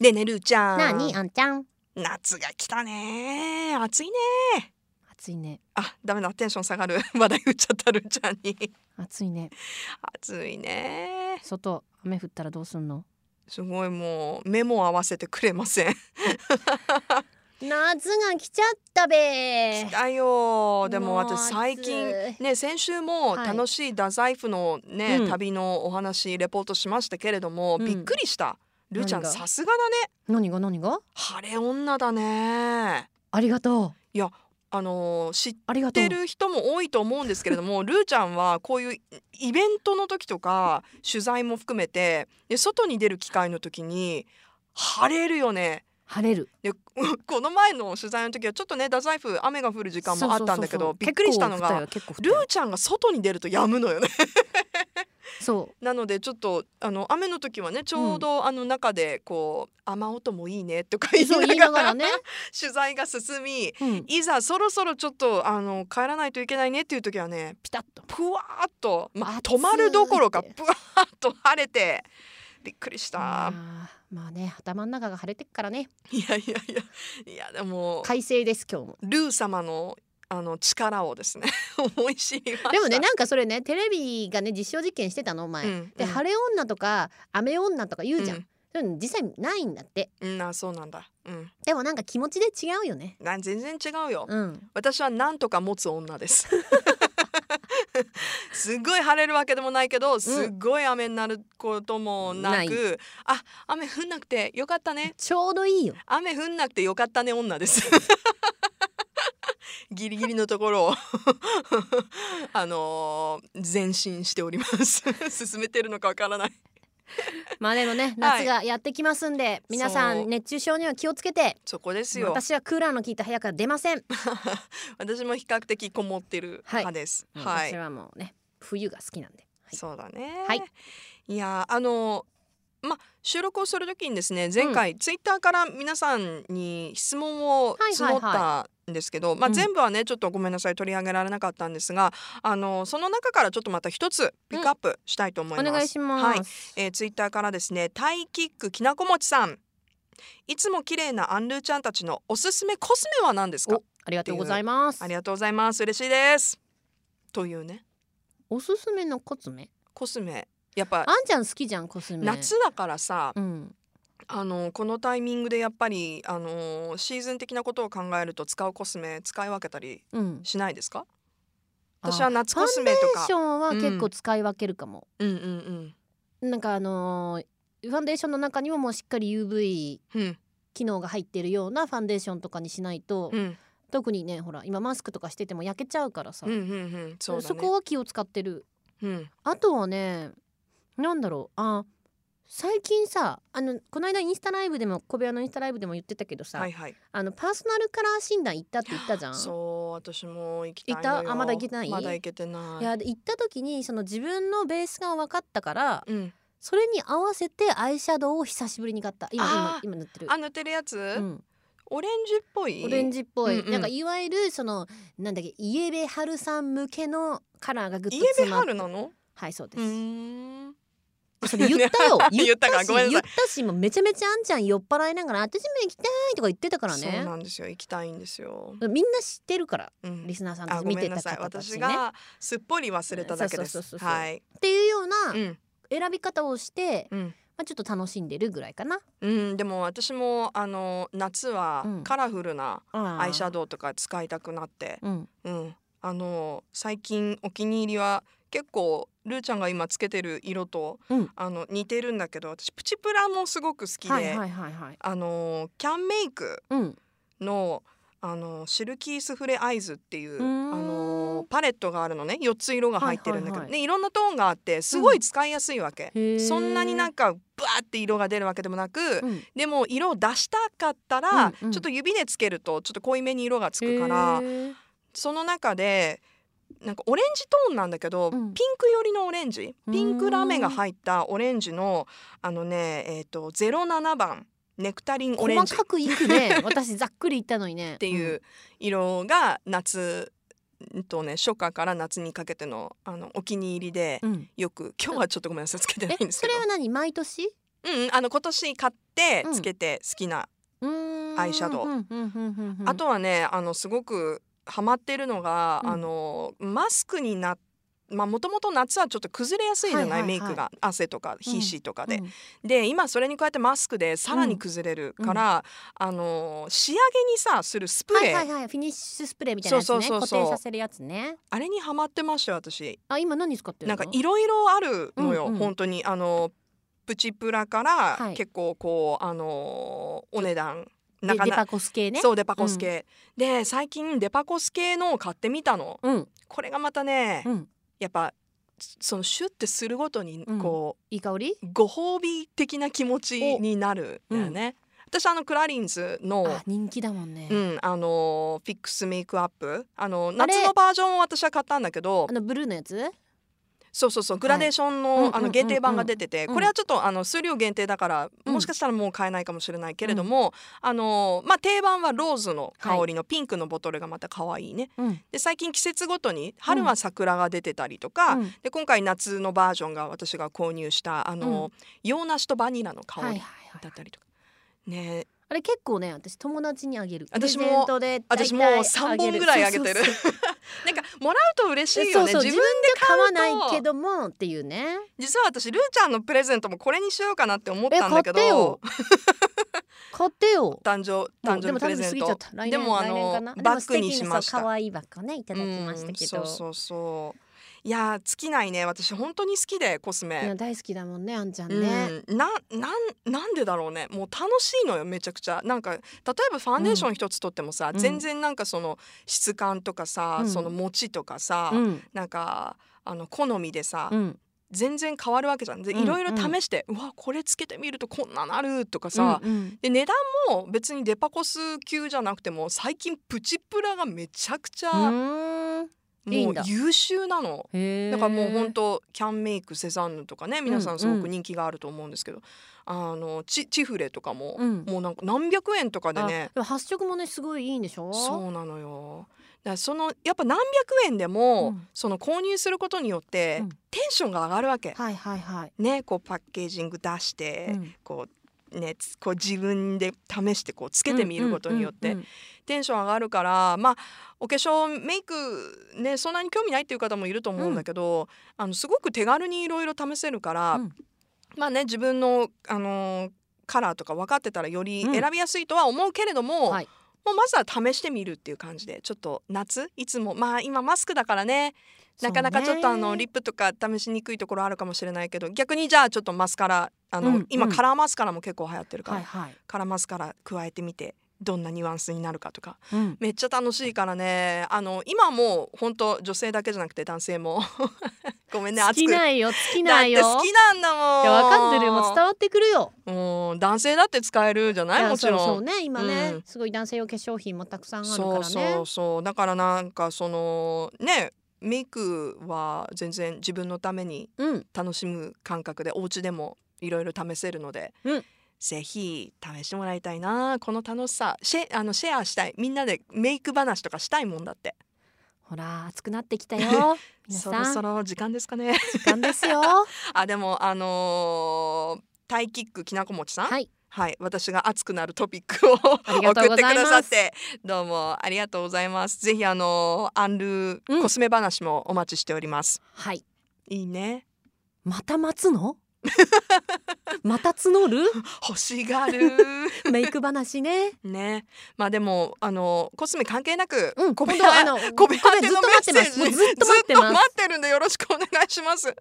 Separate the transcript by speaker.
Speaker 1: でねるーちゃん
Speaker 2: なあにあんちゃん
Speaker 1: 夏が来たね暑いね
Speaker 2: 暑いね
Speaker 1: あダメだテンション下がる 話題振っちゃったるーちゃんに
Speaker 2: 暑いね
Speaker 1: 暑いね
Speaker 2: 外雨降ったらどうすんの
Speaker 1: すごいもう目も合わせてくれません
Speaker 2: 夏が来ちゃったべ
Speaker 1: 来たよでも
Speaker 2: もう
Speaker 1: 私最近
Speaker 2: 暑い
Speaker 1: ね先週も
Speaker 2: はい
Speaker 1: 楽しい太宰府のね、
Speaker 2: うん
Speaker 1: 旅のお話レポートしましたけれども、
Speaker 2: うん
Speaker 1: びっくりしたるーちゃん
Speaker 2: 何が
Speaker 1: さすがだね
Speaker 2: 何が何が
Speaker 1: 晴れ女だね
Speaker 2: ありがとう
Speaker 1: あのー知っ
Speaker 2: ありがと
Speaker 1: て
Speaker 2: う
Speaker 1: る人も多いと思うんですけれど もるーちゃんはこういうイベントの時とか取材も含めてで外に出る機会の時に晴れるよね
Speaker 2: 晴れる
Speaker 1: で この前の取材の時はちょっとね太宰府雨が降る時間もあったんだけど
Speaker 2: そうそうそうそう
Speaker 1: びっくりしたのが
Speaker 2: 結構降った
Speaker 1: ル
Speaker 2: よ結構降っ
Speaker 1: ーちゃんが外に出るとやむのよね
Speaker 2: たそ
Speaker 1: なのでちょっとあの雨の時はねちょうどあの中でこう雨音もいいねとか言
Speaker 2: う
Speaker 1: いな
Speaker 2: そう
Speaker 1: がら
Speaker 2: 言いながらね、
Speaker 1: 取材が進み
Speaker 2: うん、
Speaker 1: いざそろそろちょっとあの帰らないといけないねっていう時はね
Speaker 2: ピタッと
Speaker 1: ぷわーっと、まあ、
Speaker 2: 暑い
Speaker 1: 止まるどころか
Speaker 2: っ
Speaker 1: ぷ
Speaker 2: て
Speaker 1: わーっと晴れてびっくりした、
Speaker 2: あーまあね頭の中が晴れてっからね
Speaker 1: いやいやいやいやでも
Speaker 2: 快晴です今日も
Speaker 1: ルー様のあの力をですね 思い知りました
Speaker 2: でもねなんかそれねテレビがね実証実験してたの前、
Speaker 1: うん
Speaker 2: で
Speaker 1: うん
Speaker 2: 晴れ女とか雨女とか言うじゃん、
Speaker 1: うん
Speaker 2: そういうの実際ないんだって
Speaker 1: うんあそうなんだうん
Speaker 2: でもなんか気持ちで違うよね
Speaker 1: な全然違うよ、
Speaker 2: うん
Speaker 1: 私はなんとか持つ女ですすごい晴れるわけでもないけどすっごい雨になることもなく、あ雨降んなくてよかったね
Speaker 2: ちょうどいいよ
Speaker 1: 雨降んなくてよかったね女です ギリギリのところを あのー前進しております 進めてるのかわからない
Speaker 2: まあでもね
Speaker 1: はい
Speaker 2: 夏がやってきますんで、皆さ
Speaker 1: そうん
Speaker 2: 熱中症には気をつけて
Speaker 1: そこですよ
Speaker 2: 私はクーラーの効いた部屋から出ません、
Speaker 1: 私も比較的こもってる派ですはい
Speaker 2: 私、はもうね冬が好きなんで、はい
Speaker 1: そうだね。
Speaker 2: はい、
Speaker 1: やーあのーまあ収録をするときにですね前回、ツイッターから皆さんに質問を
Speaker 2: はいはい
Speaker 1: 募
Speaker 2: はい
Speaker 1: ったんですけど、まあ、
Speaker 2: うん
Speaker 1: 全部はね、ちょっとごめんなさい取り上げられなかったんですがあのーその中からちょっとまた一つピックアップしたいと思います。
Speaker 2: お願いしま
Speaker 1: は
Speaker 2: す、
Speaker 1: いえー、ツイッターからですねタイキックきなこもちさんいつも綺麗なアンルーちゃんたちのおすすめコスメは何ですか
Speaker 2: おありがとうございます
Speaker 1: ありがとうございます嬉しいですというね
Speaker 2: おすすめのコスメ
Speaker 1: コスメやっぱ
Speaker 2: あんちゃん好きじゃんコスメ
Speaker 1: 夏だからさ、
Speaker 2: うん
Speaker 1: あのこのタイミングでやっぱりあのシーズン的なことを考えると使うコスメ使い分けたり
Speaker 2: うん
Speaker 1: しないですか
Speaker 2: あ
Speaker 1: 私は夏コスメと
Speaker 2: ファンデー
Speaker 1: か
Speaker 2: ションは結構使い分けるかも、
Speaker 1: うんうん
Speaker 2: なんかあのーファンデーションの中にももうしっかり UV
Speaker 1: うんうん
Speaker 2: 機能が入ってるようなファンデーションとかにしないと、
Speaker 1: うん
Speaker 2: 特にねほら今マスクとかしてても焼けちゃうからさ、
Speaker 1: うんうんうんそうだね
Speaker 2: こは気を使ってる
Speaker 1: うん
Speaker 2: あとはねなんだろうあ最近さあのこの間インスタライブでも小部屋のインスタライブでも言ってたけどさ、
Speaker 1: はいはい
Speaker 2: あのパーソナルカラー診断行ったって言ったじゃん。
Speaker 1: そう私も行きたいのよ
Speaker 2: 行ったあまだ行けてない
Speaker 1: まだ行けてない
Speaker 2: いやで行った時にその自分のベースが分かったから
Speaker 1: うん
Speaker 2: それに合わせてアイシャドウを久しぶりに買った今
Speaker 1: あー
Speaker 2: 今今塗ってる
Speaker 1: あ塗ってるやつ、
Speaker 2: うん、
Speaker 1: オレンジっぽい
Speaker 2: オレンジっぽい、
Speaker 1: うんうん
Speaker 2: なんかいわゆるそのなんだっけイエベハルさん向けのカラーがグッと
Speaker 1: イエベ
Speaker 2: 詰ま
Speaker 1: ハ
Speaker 2: って
Speaker 1: ルなの
Speaker 2: はいそうで
Speaker 1: う
Speaker 2: す、
Speaker 1: ーん
Speaker 2: それ言ったよ
Speaker 1: 言
Speaker 2: 言
Speaker 1: っ
Speaker 2: ったた
Speaker 1: か
Speaker 2: し
Speaker 1: ごめんな
Speaker 2: 言
Speaker 1: さ
Speaker 2: っ
Speaker 1: い
Speaker 2: たしもうめちゃめちゃあんちゃん酔っ払いながら「私も行きたい」とか言ってたから
Speaker 1: そう
Speaker 2: ね
Speaker 1: なんですよ行きたいんですよ、
Speaker 2: みんな知ってるから
Speaker 1: うん
Speaker 2: リスナーさんた
Speaker 1: あ
Speaker 2: ち
Speaker 1: ご
Speaker 2: 見
Speaker 1: め
Speaker 2: て
Speaker 1: んな
Speaker 2: た
Speaker 1: さい
Speaker 2: 方たち
Speaker 1: 私
Speaker 2: ね。っ
Speaker 1: がすっぽり忘れただけで
Speaker 2: そう
Speaker 1: す
Speaker 2: そうそうそうそう
Speaker 1: はい
Speaker 2: ていうような
Speaker 1: うん
Speaker 2: 選び方をして、
Speaker 1: うん
Speaker 2: まあ、ちょっと楽しんでるぐらいかな。
Speaker 1: うん、でも私もあの夏は
Speaker 2: うん
Speaker 1: カラフルなアイシャ
Speaker 2: ド
Speaker 1: ドウとか使いたくなって、
Speaker 2: ウ、うん、
Speaker 1: うんあの最近お気に入りは結構ルーちゃんが今つけてる色と、
Speaker 2: うん
Speaker 1: あの似てるんだけど私プチプラもすごく好きで、
Speaker 2: はいはいはいはい。
Speaker 1: あのキャンメイク
Speaker 2: うん、
Speaker 1: のあのシルキースフレアイズっていう
Speaker 2: うーん
Speaker 1: あのパレットがあるのね4つ色が入ってるんだけど、
Speaker 2: はいはいはい
Speaker 1: ね、いろんなトーンがあってすごい使いやすいわけ、
Speaker 2: へー
Speaker 1: そんなになんかバーって色が出るわけでもなく、
Speaker 2: うん
Speaker 1: でも色を出したかったら、
Speaker 2: うんうん
Speaker 1: ちょっと指でつけるとちょっと濃いめに色がつくから
Speaker 2: へー
Speaker 1: その中でなんかオレンジトーンなんだけど、
Speaker 2: うん
Speaker 1: ピンク寄りのオレンジ
Speaker 2: うん
Speaker 1: ピンクラメが入ったオレンジのあのねえっ、と07番ネクタリンオレンジ
Speaker 2: 細
Speaker 1: っ
Speaker 2: かくい くね私ざっくり言ったのにね。って
Speaker 1: いう色が夏うんとね初夏から夏にかけてのあのお気に入りで
Speaker 2: うん、うん
Speaker 1: よく今日はちょっとごめんなさいつけてないん
Speaker 2: え
Speaker 1: ですけど
Speaker 2: それは何毎年
Speaker 1: うんうんあの今年買ってつけて好きな、
Speaker 2: うん
Speaker 1: アイシャドウ
Speaker 2: うんうんうんうんうん
Speaker 1: あとはねあのすごくハマってるのが、
Speaker 2: うん
Speaker 1: あのマスクになまあもともと夏はちょっと崩れやすいじゃない,、
Speaker 2: はいはいはい
Speaker 1: メイクが汗とか皮脂とかで、
Speaker 2: うん
Speaker 1: で今それに加えてマスクでさらに崩れるから、あの仕上げにさするスプレー、
Speaker 2: はいはいはいフィニッシュスプレーみたいなやつね
Speaker 1: そうそうそうそう
Speaker 2: 固定させるやつね
Speaker 1: あれにハマってましたよ私
Speaker 2: あ今何使ってる
Speaker 1: な
Speaker 2: の
Speaker 1: んかいろいろあるのよ、
Speaker 2: うんうん
Speaker 1: 本当にあのプチプラか
Speaker 2: は
Speaker 1: ら
Speaker 2: い
Speaker 1: 結構こうあのお値段
Speaker 2: で
Speaker 1: なか
Speaker 2: デ
Speaker 1: な
Speaker 2: パコス系ね
Speaker 1: そうデパコス系、で最近デパコス系のを買ってみたの
Speaker 2: うん
Speaker 1: これがまたね、
Speaker 2: うん
Speaker 1: やっぱそのシュッてするごとに
Speaker 2: うん
Speaker 1: こ
Speaker 2: いい香り
Speaker 1: う、ご褒美的な気持ちになるんだよね、私あのクラリンズの
Speaker 2: あ人気だもんね
Speaker 1: うん、あのーフィックスメイクアップあの
Speaker 2: あれ
Speaker 1: 夏のバージョンを私は買ったんだけど
Speaker 2: あのブルーのやつ
Speaker 1: そうそうそうグラデーションの,、
Speaker 2: はいうんうんうん
Speaker 1: あの限定版が出てて、
Speaker 2: うん
Speaker 1: これはちょっとあの数量限定だから、
Speaker 2: うん
Speaker 1: もしかしたらもう買えないかもしれないけれども、あのーまあ、定番はローズの香りのピンクのボトルがまた可愛いね。
Speaker 2: うん
Speaker 1: で最近季節ごとに春は桜が出てたりとか、
Speaker 2: うん
Speaker 1: で今回夏のバージョンが私が購入したあのー、洋梨とバニラの
Speaker 2: はい
Speaker 1: 香
Speaker 2: はい
Speaker 1: り
Speaker 2: はい
Speaker 1: だったりとか。ねえ
Speaker 2: あれ結構ね私友達にあげる
Speaker 1: 私も
Speaker 2: プレゼントで
Speaker 1: 私もう
Speaker 2: 大体
Speaker 1: 3本ぐらいあげてる
Speaker 2: そうそう
Speaker 1: なんかもらうと嬉しい
Speaker 2: そ
Speaker 1: よ
Speaker 2: う
Speaker 1: ね
Speaker 2: そう
Speaker 1: 自
Speaker 2: 自
Speaker 1: 分
Speaker 2: 分で買わ
Speaker 1: 買
Speaker 2: な
Speaker 1: うと
Speaker 2: いけどもっていうね
Speaker 1: 実は私ルーちゃんのプレゼントもこれにしようかなって思っ
Speaker 2: え
Speaker 1: たん
Speaker 2: 買
Speaker 1: だ
Speaker 2: っ
Speaker 1: け
Speaker 2: てよ
Speaker 1: ど
Speaker 2: 買ってよ
Speaker 1: 誕生
Speaker 2: も
Speaker 1: 誕
Speaker 2: うで
Speaker 1: 生日
Speaker 2: も
Speaker 1: プ
Speaker 2: 誕
Speaker 1: レゼ
Speaker 2: 生日過
Speaker 1: ン
Speaker 2: ぎちゃっ
Speaker 1: ト
Speaker 2: た来
Speaker 1: で
Speaker 2: 年
Speaker 1: もあ
Speaker 2: 来年かな
Speaker 1: の
Speaker 2: でも
Speaker 1: バッグにしまし
Speaker 2: 素敵なそう可
Speaker 1: た
Speaker 2: 愛いバッグをねいただきましたけど、
Speaker 1: うんそうそうそういやー尽きないね私本当に好きでコス
Speaker 2: いや
Speaker 1: メ
Speaker 2: 大好きだもんねあんちゃん
Speaker 1: うん
Speaker 2: ね、
Speaker 1: ななんなんでだろうねもう楽しいのよめちゃくちゃなんか例えばファンデーション一つとってもさ、
Speaker 2: うん
Speaker 1: 全然なんかその質感とかさ、
Speaker 2: うん
Speaker 1: その持ちとかさ、
Speaker 2: うん
Speaker 1: なんかあの好みでさ、
Speaker 2: うん
Speaker 1: 全然変わるわけじゃんで
Speaker 2: うん
Speaker 1: いろいろ試して、うわこれつけてみるとこんななるとかさ、
Speaker 2: うんうん
Speaker 1: で値段も別にデパコス級じゃなくても最近プチプラがめちゃくちゃ
Speaker 2: う
Speaker 1: も
Speaker 2: ーん
Speaker 1: う
Speaker 2: いいんだ
Speaker 1: 優秀なの。
Speaker 2: へー
Speaker 1: だからもう本当キャンメイクセザンヌとかね皆さ
Speaker 2: うん
Speaker 1: んすごく人気があると思うんですけど、あのチチフレとかも、
Speaker 2: うん
Speaker 1: もうなんか何百円とかでね
Speaker 2: あでも発色もねすごいいいんでしょ
Speaker 1: そうなのよだからそのやっぱ何百円でも、
Speaker 2: うん
Speaker 1: その購入することによって、
Speaker 2: うん
Speaker 1: テンションが上がるわけ、
Speaker 2: はいはいはい、
Speaker 1: ねこうパッケージング出して、
Speaker 2: うん
Speaker 1: こうねつこう自分で試してこうつけてみることによって、
Speaker 2: うんうんうん
Speaker 1: テンション上がるからまあお化粧メイクねそんなに興味ないっていう方もいると思うんだけど、あのすごく手軽にいろいろ試せるから、
Speaker 2: うん
Speaker 1: まあね自分のあのーカラーとか分かってたらより
Speaker 2: うん
Speaker 1: 選びやすいとは思うけれども、
Speaker 2: はい
Speaker 1: もうまずは試してみるっていう感じでちょっと夏いつもまあ今マスクだからねなかなかちょっとあのリップとか試しにくいところあるかもしれないけど逆にじゃあちょっとマスカラあの、
Speaker 2: うん
Speaker 1: 今
Speaker 2: うん
Speaker 1: カラーマスカラも結構流行ってる
Speaker 2: プ
Speaker 1: から、
Speaker 2: はいはい、
Speaker 1: カラーマスカラ加えてみてどんなニュアンスになるかとか
Speaker 2: うん
Speaker 1: めっちゃ楽しいからねあの今もう本当女性だけじゃなくて男性も ごめんね
Speaker 2: 好
Speaker 1: 熱
Speaker 2: き
Speaker 1: く
Speaker 2: ないよ好きないよ
Speaker 1: だって好きなんだもん
Speaker 2: いやわかってるよもう伝わってくるよ
Speaker 1: もう男性だって使えるじゃない
Speaker 2: や
Speaker 1: もちろん
Speaker 2: そうそうね今ね、
Speaker 1: うん
Speaker 2: すごい男性用化粧品もたくさんあるから
Speaker 1: そ
Speaker 2: ね
Speaker 1: うそうそうだからなんかそのねメイクは全然自分のために
Speaker 2: うん
Speaker 1: 楽しむ感覚でお家でもいろいろ試せるので、
Speaker 2: うん
Speaker 1: ぜひ試してもらいたいなこの楽しさシェあのシェアしたいみんなでメイク話とかしたいもんだって
Speaker 2: ほら暑くなってきた よ皆
Speaker 1: そ
Speaker 2: さ
Speaker 1: ろ
Speaker 2: ん
Speaker 1: そろ時間ですかね
Speaker 2: 時間ですよ
Speaker 1: あでもあのータイキックきなこもちさん
Speaker 2: はい
Speaker 1: はい、私が熱くなるトピックを
Speaker 2: あり
Speaker 1: 送
Speaker 2: が
Speaker 1: っ
Speaker 2: とう
Speaker 1: て
Speaker 2: ご
Speaker 1: く
Speaker 2: ざいます
Speaker 1: ださってどうもありがとうございますぜひあのアンル
Speaker 2: うん
Speaker 1: ーコスメ話もお待ちしております、
Speaker 2: はい
Speaker 1: いいね
Speaker 2: また待つのまた募る
Speaker 1: 欲しがる
Speaker 2: メイク話ね
Speaker 1: ねまあでもあのコスメ関係なく、
Speaker 2: うん
Speaker 1: 小部
Speaker 2: 今
Speaker 1: 屋
Speaker 2: 度あの
Speaker 1: 小部屋宛て
Speaker 2: ずっ
Speaker 1: の
Speaker 2: と
Speaker 1: メ
Speaker 2: 待
Speaker 1: ッセ
Speaker 2: ってま
Speaker 1: ー
Speaker 2: す
Speaker 1: ジ
Speaker 2: もうずっと待ってます
Speaker 1: ずっと待ってるんでよろしくお願いします